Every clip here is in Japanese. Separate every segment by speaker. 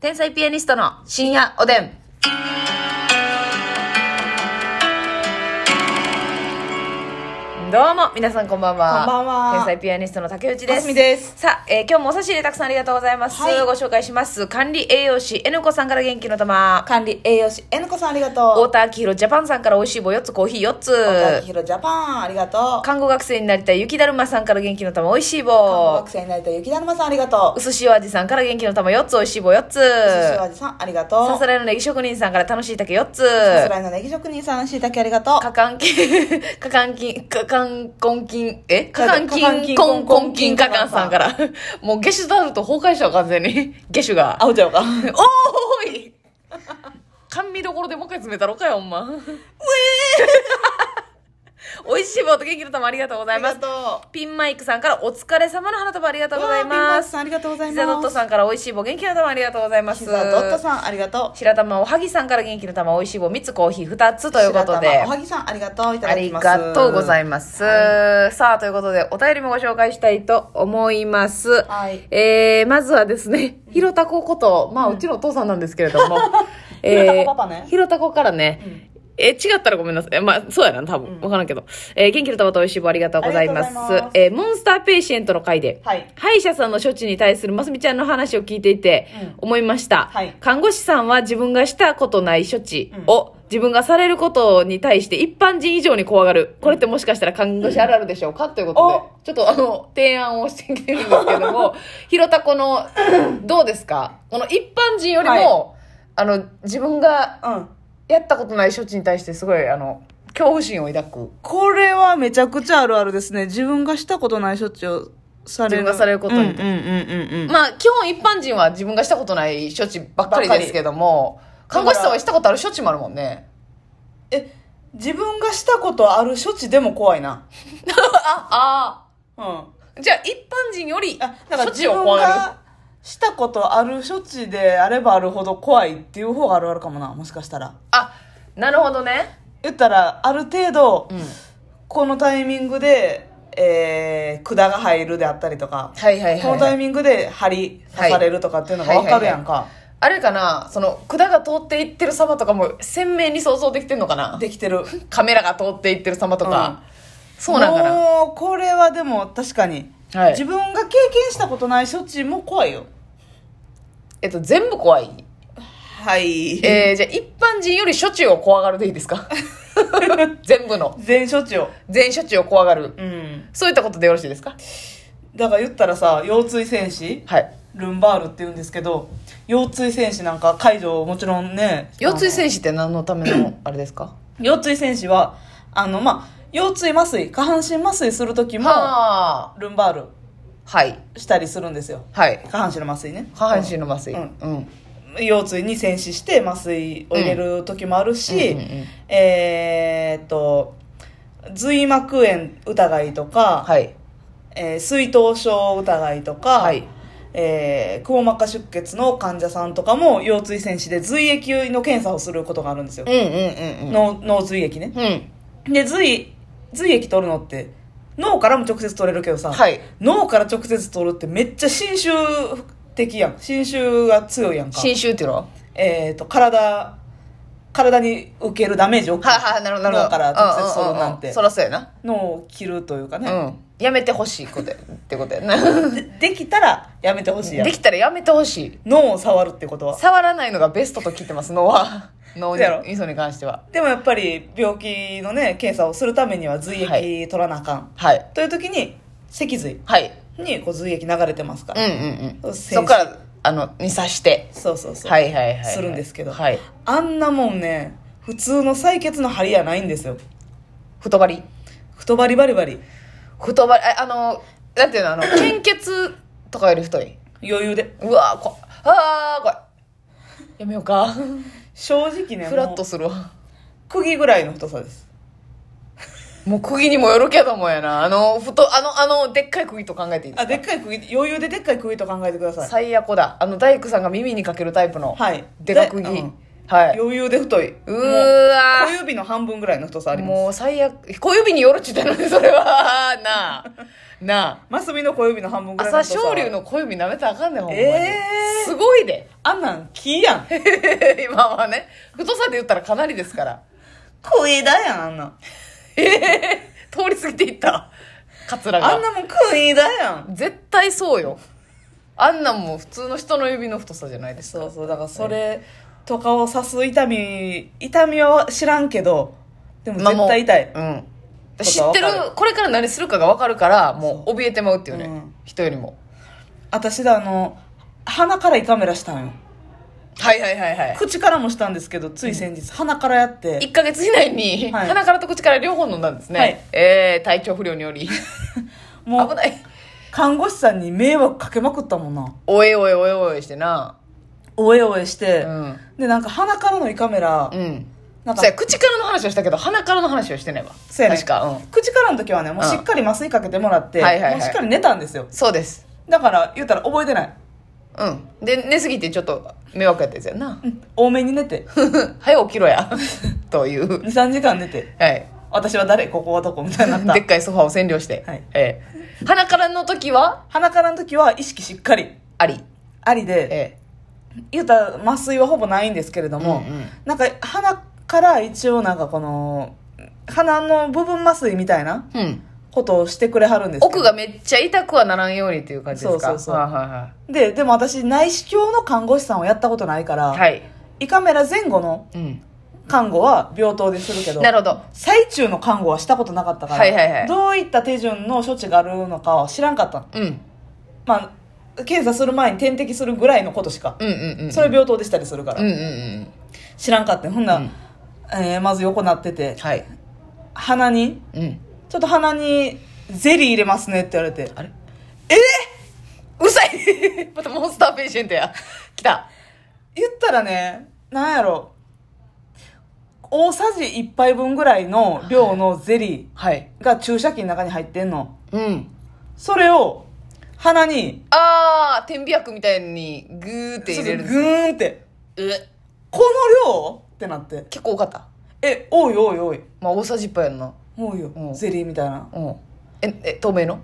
Speaker 1: 天才ピアニストの深夜おでん。どうも、皆さんこんばんは。
Speaker 2: こんばんは
Speaker 1: 天才ピアニストの竹内です。
Speaker 2: ますみです
Speaker 1: さあ、えー今日もお差し入れたくさんありがとうございます。
Speaker 2: はい
Speaker 1: ご紹介します。管理栄養士、N 子さんから元気の玉。
Speaker 2: 管理栄養士 N 子さんありが
Speaker 1: 太
Speaker 2: とう
Speaker 1: 田明宏ジャパンさんから美味しい棒4つ、コーヒー4
Speaker 2: 大田
Speaker 1: つ。
Speaker 2: ひろジャパンありがとう
Speaker 1: 看護学生になりたい雪だるまさんから元気の玉美味しい
Speaker 2: 看護
Speaker 1: 棒
Speaker 2: 学。生になりたい雪だるまさんありがとう
Speaker 1: うすしお味さんから元気の玉4つ、美味しい棒4つ。
Speaker 2: 寿司お味さんありがとう
Speaker 1: さ
Speaker 2: さ
Speaker 1: す
Speaker 2: す
Speaker 1: らいのネギ職人さんから楽しい竹4つ。
Speaker 2: らいのネギ職人さんしいたけありがとう
Speaker 1: かかんきん、 かかんきん、かかんこんきん、えか
Speaker 2: か
Speaker 1: か
Speaker 2: か
Speaker 1: ん
Speaker 2: ん
Speaker 1: きん、こんこんきんかかんさんから。 もう、ゲシュタルト崩壊しちゃう、完全に。 ゲシュが。
Speaker 2: 青ちゃうか
Speaker 1: おーい甘味どころでもう一回詰めたろかよ、ほん ま。 おいしい棒と元気の玉ありがとうござ
Speaker 2: あ
Speaker 1: い
Speaker 2: り
Speaker 1: ま
Speaker 2: が
Speaker 1: す。
Speaker 2: とう
Speaker 1: ピンマイクさんからお疲れ様の花束ありがとうござい
Speaker 2: わあピンマ
Speaker 1: ま
Speaker 2: イク
Speaker 1: す。
Speaker 2: さんありがとうござい
Speaker 1: ピ
Speaker 2: ます
Speaker 1: ザドットさんからおいしい棒元気の玉ありがとうございます。
Speaker 2: ピザドットさんありがとう
Speaker 1: 白玉おはぎさんから元気の玉おいしい棒3つコーヒー2つということ
Speaker 2: 白
Speaker 1: で
Speaker 2: 玉おはぎさんありがとういた
Speaker 1: あ
Speaker 2: だき
Speaker 1: り
Speaker 2: ます
Speaker 1: がとうござい
Speaker 2: ま
Speaker 1: ます、さあということでお便りもご紹介したいと思います、
Speaker 2: はい
Speaker 1: えーまずはですねひろたこことまあうちのお父さんなんですけれど も、
Speaker 2: ひろたこパパね
Speaker 1: ひろたこからね、えー違ったらごめんなさい。えまあ、そうやな、多分。わ、からんけど。えー元気の玉と美味しい棒ありがとうございます。
Speaker 2: ありがとうございます
Speaker 1: えーモンスターペイシェントの回で、
Speaker 2: はい
Speaker 1: 歯医者さんの処置に対するますみちゃんの話を聞いていて
Speaker 2: うん
Speaker 1: 思いました、
Speaker 2: はい
Speaker 1: 看護師さんは自分がしたことない処置を自分がされることに対して一般人以上に怖がるこれってもしかしたら看護師あるあるでしょうかということでちょっとあの提案をしてきてるんですけど もひろたこのどうですかこの一般人よりも、あの自分が
Speaker 2: うん
Speaker 1: やったことない処置に対してすごいあの恐怖心を抱く
Speaker 2: これはめちゃくちゃあるあるですね自分がしたことない処置をされ
Speaker 1: 自
Speaker 2: る
Speaker 1: 分がされることに
Speaker 2: うんうんうん うんうん
Speaker 1: まあ、基本一般人は自分がしたことない処置ばっかりですけども、看
Speaker 2: ばっかり
Speaker 1: 護師さんはしたことある処置もあるもんね。
Speaker 2: え自分がしたことある処置でも怖いな
Speaker 1: あ
Speaker 2: うん
Speaker 1: あ。じゃあ、一般人より
Speaker 2: あ、だから
Speaker 1: 処
Speaker 2: 自
Speaker 1: 置を
Speaker 2: 分
Speaker 1: 怖がる。
Speaker 2: がしたことある処置であればあるほど怖いっていう方があるあるかもな、もしかしたら。
Speaker 1: あ、なるほどね。
Speaker 2: 言ったら、ある程度、
Speaker 1: うん。
Speaker 2: このタイミングで、えー、管が入るであったりとか、
Speaker 1: はいはい
Speaker 2: この
Speaker 1: は
Speaker 2: タイ
Speaker 1: い。
Speaker 2: ミングで針刺されるとかっていうのがわかるやんか。
Speaker 1: あれかな、その、管が通っていってる様とかも鮮明に想像できてんのかな
Speaker 2: できてる。
Speaker 1: カメラが通っていってる様とか。そうなんかな。
Speaker 2: もう、これはでも確かに、
Speaker 1: はい
Speaker 2: 自分が経験したことない処置も怖いよ。
Speaker 1: えっと、全部怖い。
Speaker 2: はい。
Speaker 1: えー、じゃあ、一般人より処置を怖がるでいいです か全部の。
Speaker 2: 全処置を。
Speaker 1: 全処置を怖がる。
Speaker 2: うん。
Speaker 1: そういったことでよろしいですか
Speaker 2: だから言ったらさ、腰椎戦士
Speaker 1: はい。
Speaker 2: ルンバールって言うんですけど腰椎戦士なんか解除をもちろんね
Speaker 1: 腰椎
Speaker 2: あ
Speaker 1: 戦士って何のためのあれですか
Speaker 2: の腰椎戦士はあのまあ腰椎麻酔下半身麻酔する時も
Speaker 1: はあ。
Speaker 2: ルンバール
Speaker 1: はい。
Speaker 2: したりするんですよ
Speaker 1: はい。
Speaker 2: 下半身の麻酔ね
Speaker 1: 下半身の麻酔。う
Speaker 2: うんん。
Speaker 1: うん。
Speaker 2: 腰椎に戦死して麻酔を入れる時もあるし、
Speaker 1: うんうんうんうん
Speaker 2: えーっと髄膜炎疑いとか、
Speaker 1: はい。
Speaker 2: えー水頭症疑いとか、
Speaker 1: はい
Speaker 2: えー、くも膜下出血の患者さんとかも腰椎戦士で髄液の検査をすることがあるんですよ
Speaker 1: うん、うんうん
Speaker 2: 脳脳髄液ね
Speaker 1: うん。うん。
Speaker 2: で髄髄液取るのって脳からも直接取れるけどさ、
Speaker 1: はい。
Speaker 2: 脳から直接取るってめっちゃ侵襲的やん侵襲が強いやんか
Speaker 1: 侵襲っていうのは
Speaker 2: えっ、と体体に受けるダメージ
Speaker 1: は
Speaker 2: を
Speaker 1: いはい、なるほど、なるほど。
Speaker 2: 脳から直接取るなん
Speaker 1: うううう
Speaker 2: て
Speaker 1: そらそうやな。
Speaker 2: 脳を切るというか
Speaker 1: う
Speaker 2: ね、
Speaker 1: ん。やめてほしいことやって ことやな。
Speaker 2: でできたらやめてほしいやん
Speaker 1: できたらやめてほしい。
Speaker 2: 脳を触るってことは
Speaker 1: 触らないのがベストと聞いてます、脳 は。脳に
Speaker 2: そうや、ろ
Speaker 1: インソに関しては。
Speaker 2: でもやっぱり病気のね検査をするためには髄
Speaker 1: は
Speaker 2: 液取らなあかん、
Speaker 1: はい。
Speaker 2: という時に脊髄
Speaker 1: はい。
Speaker 2: にこう髄液流れてますか
Speaker 1: うん
Speaker 2: ら、
Speaker 1: うんうん。
Speaker 2: 戦士
Speaker 1: そっから、あの、に刺して。
Speaker 2: そうそうそう、
Speaker 1: はいはいはいはい。
Speaker 2: するんですけど
Speaker 1: はい。
Speaker 2: あんなもんね普通の採血の針やないんですよ
Speaker 1: 太張り
Speaker 2: 太バリバリバリ
Speaker 1: 太ばりああのなんていうの あの献血とかより太い
Speaker 2: 余裕で
Speaker 1: うわーこあーこいやめようか
Speaker 2: 正直ね
Speaker 1: フラッ
Speaker 2: も
Speaker 1: と
Speaker 2: う
Speaker 1: するわ
Speaker 2: 釘ぐらいの太さです
Speaker 1: もう釘にもよるけどもやなあの太あのあのでっかい釘と考えていいで
Speaker 2: あ
Speaker 1: す
Speaker 2: で
Speaker 1: か
Speaker 2: っかい釘余裕ででっかい釘と考えてください
Speaker 1: 最悪だあの大工さんが耳にかけるタイプの
Speaker 2: はい
Speaker 1: でか釘、
Speaker 2: うん
Speaker 1: はい
Speaker 2: 余裕で太い。
Speaker 1: う
Speaker 2: も
Speaker 1: ーわ
Speaker 2: 小指の半分ぐらいの太さあります。
Speaker 1: もう最悪小指によるっちゅってんのにそれはなあなあ
Speaker 2: マスミの小指の半分ぐらいの
Speaker 1: 朝
Speaker 2: 太さ。
Speaker 1: 青龍の小指舐めたらあかんねんほんまに、
Speaker 2: えー
Speaker 1: すごいで
Speaker 2: あんなん木やん。
Speaker 1: 今はね太さで言ったらかなりですから
Speaker 2: 小枝やん、あんなん。
Speaker 1: ええ通り過ぎていったカツラが
Speaker 2: あんなもん小枝やん。
Speaker 1: 絶対そうよあんなんもう普通の人の指の太さじゃないですか
Speaker 2: そうそう、だからそれとかを刺す痛み、痛みは知らんけど、でも
Speaker 1: まあもう
Speaker 2: 絶対痛い。
Speaker 1: うん
Speaker 2: と
Speaker 1: 知ってる
Speaker 2: わか
Speaker 1: これから何するかが分かるからもう怯えてまうっていうね、
Speaker 2: うん
Speaker 1: 人よりも
Speaker 2: 私だ、あの、鼻から胃カメラしたんよ。
Speaker 1: はいはいはいはい
Speaker 2: 口からもしたんですけど、つい先日、鼻からやって。
Speaker 1: 1ヶ月以内に
Speaker 2: はい
Speaker 1: 鼻からと口から両方飲んだんですね、
Speaker 2: はい
Speaker 1: えー、体調不良により
Speaker 2: も
Speaker 1: 危
Speaker 2: う、
Speaker 1: ない
Speaker 2: 看護師さんに迷惑かけまくったもんな。
Speaker 1: おえおえおえおえしてな
Speaker 2: おえおえして、
Speaker 1: うん
Speaker 2: で、なんか鼻からの胃カメラ、
Speaker 1: うん
Speaker 2: なんか
Speaker 1: そうや口からの話をしたけど鼻からの話をしてないわ
Speaker 2: そうやね
Speaker 1: 確かうん
Speaker 2: 口からの時はね、もう
Speaker 1: うん
Speaker 2: しっかり麻酔かけてもらって、
Speaker 1: はいはいはい
Speaker 2: もうしっかり寝たんですよ。
Speaker 1: そうです
Speaker 2: だから、言ったら覚えてない。
Speaker 1: うんで寝すぎてちょっと迷惑やったやつやんな
Speaker 2: 多めに寝て、
Speaker 1: 「早起きろや」 という
Speaker 2: 2、3時間寝て、
Speaker 1: はい
Speaker 2: 私は誰ここはどこみたいになった
Speaker 1: で。っかいソファーを占領して、
Speaker 2: はい
Speaker 1: ええ鼻からの時は
Speaker 2: 鼻からの時は意識しっかり
Speaker 1: あり
Speaker 2: ありで、
Speaker 1: え
Speaker 2: 言うたら麻酔はほぼないんですけれども、
Speaker 1: うんうん
Speaker 2: なんか鼻から一応なんかこの、鼻の部分麻酔みたいな
Speaker 1: えうん
Speaker 2: ことをしてくれはるんですけど
Speaker 1: 奥がめっちゃ痛くはならんようにっていう感じですか
Speaker 2: そうそうそう
Speaker 1: はいはいは
Speaker 2: で、でも私内視鏡の看護師さんをやったことないから、
Speaker 1: いはい、
Speaker 2: 胃カメラ前後の
Speaker 1: うん、
Speaker 2: 看護は病棟でするけど、
Speaker 1: なるほど
Speaker 2: 最中の看護はしたことなかったから、
Speaker 1: はいはいはい
Speaker 2: どういった手順の処置があるのかは知らんかったの。
Speaker 1: うん
Speaker 2: まあ、検査する前に点滴するぐらいのことしか。
Speaker 1: うんうんうん
Speaker 2: それ病棟でしたりするから。
Speaker 1: うんうんうん
Speaker 2: 知らんかってほんなら、
Speaker 1: うん
Speaker 2: えーまず横なってて
Speaker 1: はい
Speaker 2: 鼻に
Speaker 1: うん
Speaker 2: ちょっと鼻にゼリー入れますねって言われて
Speaker 1: あれ
Speaker 2: え
Speaker 1: うるさい またモンスターペイシェントや来た
Speaker 2: 言ったらねなんやろ大さじ1杯分ぐらいの量のゼリ
Speaker 1: はい
Speaker 2: ーが注射器の中に入ってんの
Speaker 1: うん
Speaker 2: それを鼻に
Speaker 1: あー天秤薬みたいにグーって入れるん
Speaker 2: そう
Speaker 1: で
Speaker 2: そうグーンって
Speaker 1: すえ
Speaker 2: この量ってなって
Speaker 1: 結構多かった
Speaker 2: えおいおいおい
Speaker 1: まあ大さじ1杯やんな
Speaker 2: おいよ、
Speaker 1: うん
Speaker 2: ゼリーみたいな
Speaker 1: うんええ透明の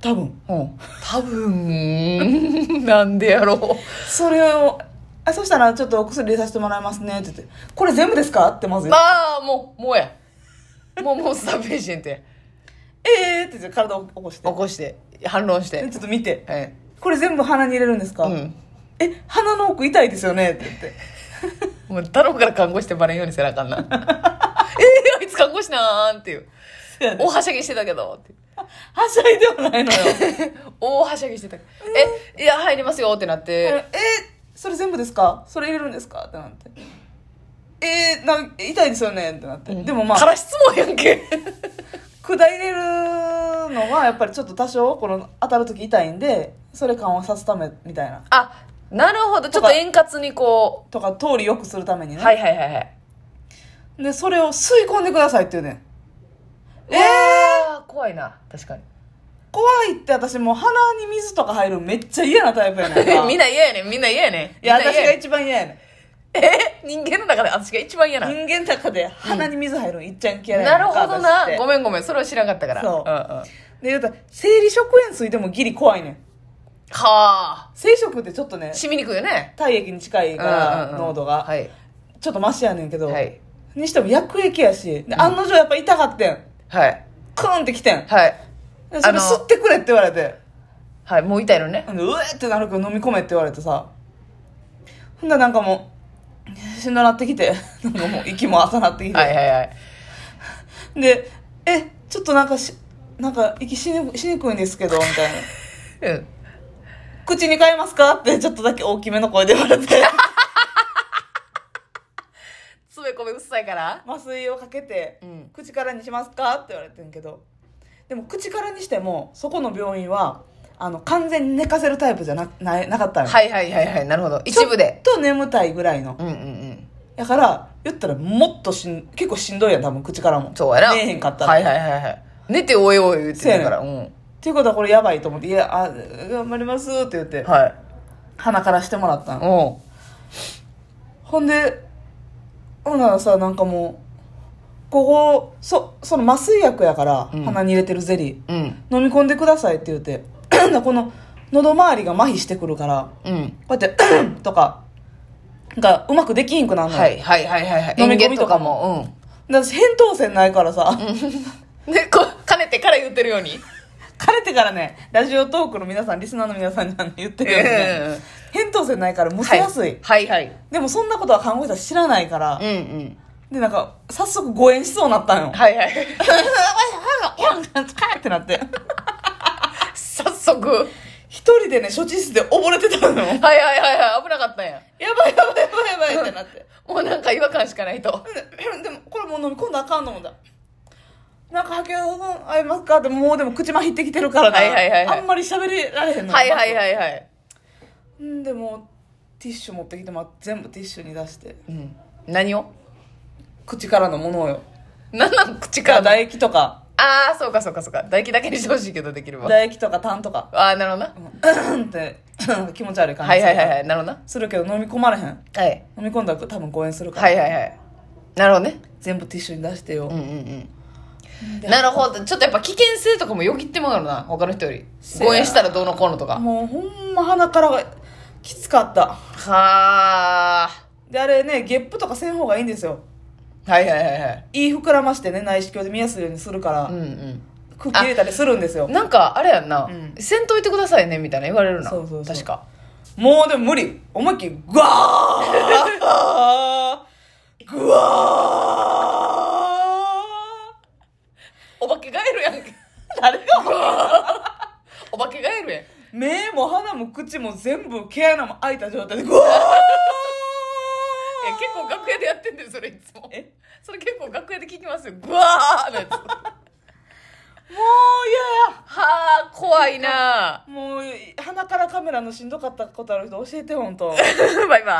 Speaker 2: 多分
Speaker 1: うん多分 なんでやろう
Speaker 2: それをあそしたらちょっとお薬入れさせてもらいますねって言ってこれ全部ですかってまず言って
Speaker 1: まあもうもうやもうモンスターペイシェントや起
Speaker 2: えーって言って体を起こして。
Speaker 1: こして反論して
Speaker 2: でちょっと見て。
Speaker 1: え
Speaker 2: これ全部鼻に入れるんですか、
Speaker 1: うん
Speaker 2: え、鼻の奥痛いですよねって言って。
Speaker 1: もう頼むから看護師ってバレんようにせなあかんな えー、あいつ看護師なんっていう
Speaker 2: せやで
Speaker 1: 大はしゃぎしてたけど って
Speaker 2: はしゃいではない のよ。
Speaker 1: 大はしゃぎしてたえいや入りますよってなっ
Speaker 2: え
Speaker 1: て、
Speaker 2: それ全部ですかそれ入れるんですかってなって。えー、なん痛いですよねってなって。でもまあ、
Speaker 1: から質問やんけ
Speaker 2: 管入れるのはやっぱりちょっと多少、この当たるとき痛いんで、それ緩和さすためみたいな。
Speaker 1: あなるほどちょっと円滑にこと
Speaker 2: か、通り良くするために
Speaker 1: う
Speaker 2: ね。
Speaker 1: はいはいはいはい
Speaker 2: で、それを吸い込んでくださいって言うねん。えー
Speaker 1: え怖いな確かに
Speaker 2: 怖いって私もう鼻に水とか入るんめっちゃ嫌なタイプやねん か
Speaker 1: みんな嫌やねんみんな嫌やねん
Speaker 2: いや、
Speaker 1: みんな
Speaker 2: 私
Speaker 1: 嫌
Speaker 2: が
Speaker 1: やねん
Speaker 2: 一番嫌やね。
Speaker 1: え人間の中で私が一番嫌なん
Speaker 2: 人間の中で鼻に水入るんいっちゃん嫌い
Speaker 1: な
Speaker 2: やね
Speaker 1: る
Speaker 2: ん
Speaker 1: ほ
Speaker 2: か
Speaker 1: どな
Speaker 2: 私って
Speaker 1: ごめんごめんそれは知らなかったから
Speaker 2: そうん
Speaker 1: うん、は
Speaker 2: で、言うたら、生理食塩水でもギリ怖いねん。
Speaker 1: あ
Speaker 2: 生食ってちょっとね、
Speaker 1: 染みにくいよね
Speaker 2: 体液に近いか
Speaker 1: うん
Speaker 2: ら、
Speaker 1: うんうん
Speaker 2: 濃度が。
Speaker 1: はい
Speaker 2: ちょっとマシやねんけど、
Speaker 1: はい
Speaker 2: にしても薬液やし、で案の定やっぱ痛かってん。
Speaker 1: はい
Speaker 2: クーンってきてん。
Speaker 1: はい
Speaker 2: でそれ吸ってくれって言われて、
Speaker 1: はいもう痛いのね
Speaker 2: でうえってなるけど飲み込めって言われてさ。ほんならなんかもう、しんどなってきて、 なんかもう息も浅なってきて。
Speaker 1: はいはいはい
Speaker 2: で、え、ちょっとなんかし、なんか、息しにしにくいんですけど、みたいな。
Speaker 1: う ん
Speaker 2: 口に変えますかって、ちょっとだけ大きめの声で言われて。
Speaker 1: 詰め込みうっさいから
Speaker 2: 麻酔をかけて、
Speaker 1: うん
Speaker 2: 口からにしますかって言われてんけど。でも、口からにしても、そこの病院は、あの、完全に寝かせるタイプじゃな、ななかったのよ。
Speaker 1: はいはいはいはいなるほど一部で
Speaker 2: ちょっと眠たいぐらいの。
Speaker 1: うんうんうん
Speaker 2: だから、言ったらもっとしん、結構しんどいやん、多分、口からも。
Speaker 1: そうやな
Speaker 2: 寝えへんかったら。
Speaker 1: はいはいはいはい寝ておいおい言ってるからうん
Speaker 2: っていうことはこれやばいと思って、いや、あ、頑張りますって言って、
Speaker 1: はい
Speaker 2: 鼻からしてもらったの。
Speaker 1: おう
Speaker 2: ほんで、ほんならさなんかもうここそその麻酔薬やから
Speaker 1: うん
Speaker 2: 鼻に入れてるゼリー、
Speaker 1: うん
Speaker 2: 飲み込んでくださいって言って この喉周りが麻痺してくるから
Speaker 1: うん
Speaker 2: こうやって とかがうまくできんくなんのよ、
Speaker 1: はいはいはいはいはい
Speaker 2: 飲み込み
Speaker 1: 演芸
Speaker 2: とか
Speaker 1: も
Speaker 2: だって扁桃腺ないからさ、
Speaker 1: うんでこうかねてから言ってるように
Speaker 2: かれてからねラジオトークの皆さんリスナーの皆さんにあの言ってるよね、扁桃腺ないからむせやすい、
Speaker 1: はいはい
Speaker 2: でもそんなことは看護師さん知らないから
Speaker 1: う、んうん
Speaker 2: でなんか早速誤嚥しそうになったん
Speaker 1: は
Speaker 2: よ
Speaker 1: いはい
Speaker 2: ってなって
Speaker 1: 早速はい
Speaker 2: 一人でね処置室で溺れてたのよやばい
Speaker 1: はいはいはい危なかったんや
Speaker 2: やばいやばいやばいってなって
Speaker 1: もうなんか違和感しかないと
Speaker 2: うんでもこれもう飲み込んだらあかんのもんだなんか吐き物さん合いますかってもうでも口まひってきてるからな、
Speaker 1: はいはいはいはい
Speaker 2: あんまり喋れられへんの
Speaker 1: はいはいはいはい
Speaker 2: いんでもうティッシュ持ってきて、まあ、全部ティッシュに出して
Speaker 1: うん何を
Speaker 2: 口からのものをよ
Speaker 1: 何なん口
Speaker 2: だ
Speaker 1: か
Speaker 2: からら
Speaker 1: だ
Speaker 2: 唾液とか
Speaker 1: ああそうかそうかそうか唾液だけにしてほしいけどできるわ
Speaker 2: 唾液とか痰とか
Speaker 1: ああなるほどな
Speaker 2: うんってうん気持ち悪い感じ
Speaker 1: はいはいはいはいなるほどな
Speaker 2: するけど飲み込まれへん
Speaker 1: はい
Speaker 2: 飲み込んだら多分誤嚥するから、
Speaker 1: はいはいはいなるほどね
Speaker 2: 全部ティッシュに出してよ、
Speaker 1: うんうんうんなるほどちょっとやっぱ危険性とかもよぎってもらうな他の人より
Speaker 2: せや
Speaker 1: 誤嚥したらどうのこうのとか
Speaker 2: もうほんま鼻からがきつかった
Speaker 1: はあ
Speaker 2: であれねゲップとかせん方がいいんですよ
Speaker 1: はいはいはいはい
Speaker 2: 胃膨らましてね内視鏡で見やすいようにするから、
Speaker 1: うん
Speaker 2: 空気入れたりするんですよ
Speaker 1: うんなんかあれやんな、
Speaker 2: ん
Speaker 1: せんといてくださいねみたいな言われるな
Speaker 2: そうそうそう
Speaker 1: 確か
Speaker 2: もうでも無理思いっきりグワーグワ
Speaker 1: お化けガエルやんけ
Speaker 2: ー誰がもう
Speaker 1: お化けガエルやん
Speaker 2: 目も鼻も口も全部毛穴も開いた状態でグワー
Speaker 1: いや結構楽屋でやってんだよそれいつも
Speaker 2: え
Speaker 1: それ結構楽屋で聞きますよグワーのや つは
Speaker 2: もう嫌や
Speaker 1: あ怖いな
Speaker 2: もう鼻からカメラのしんどかったことある人教えて本当
Speaker 1: バイバイ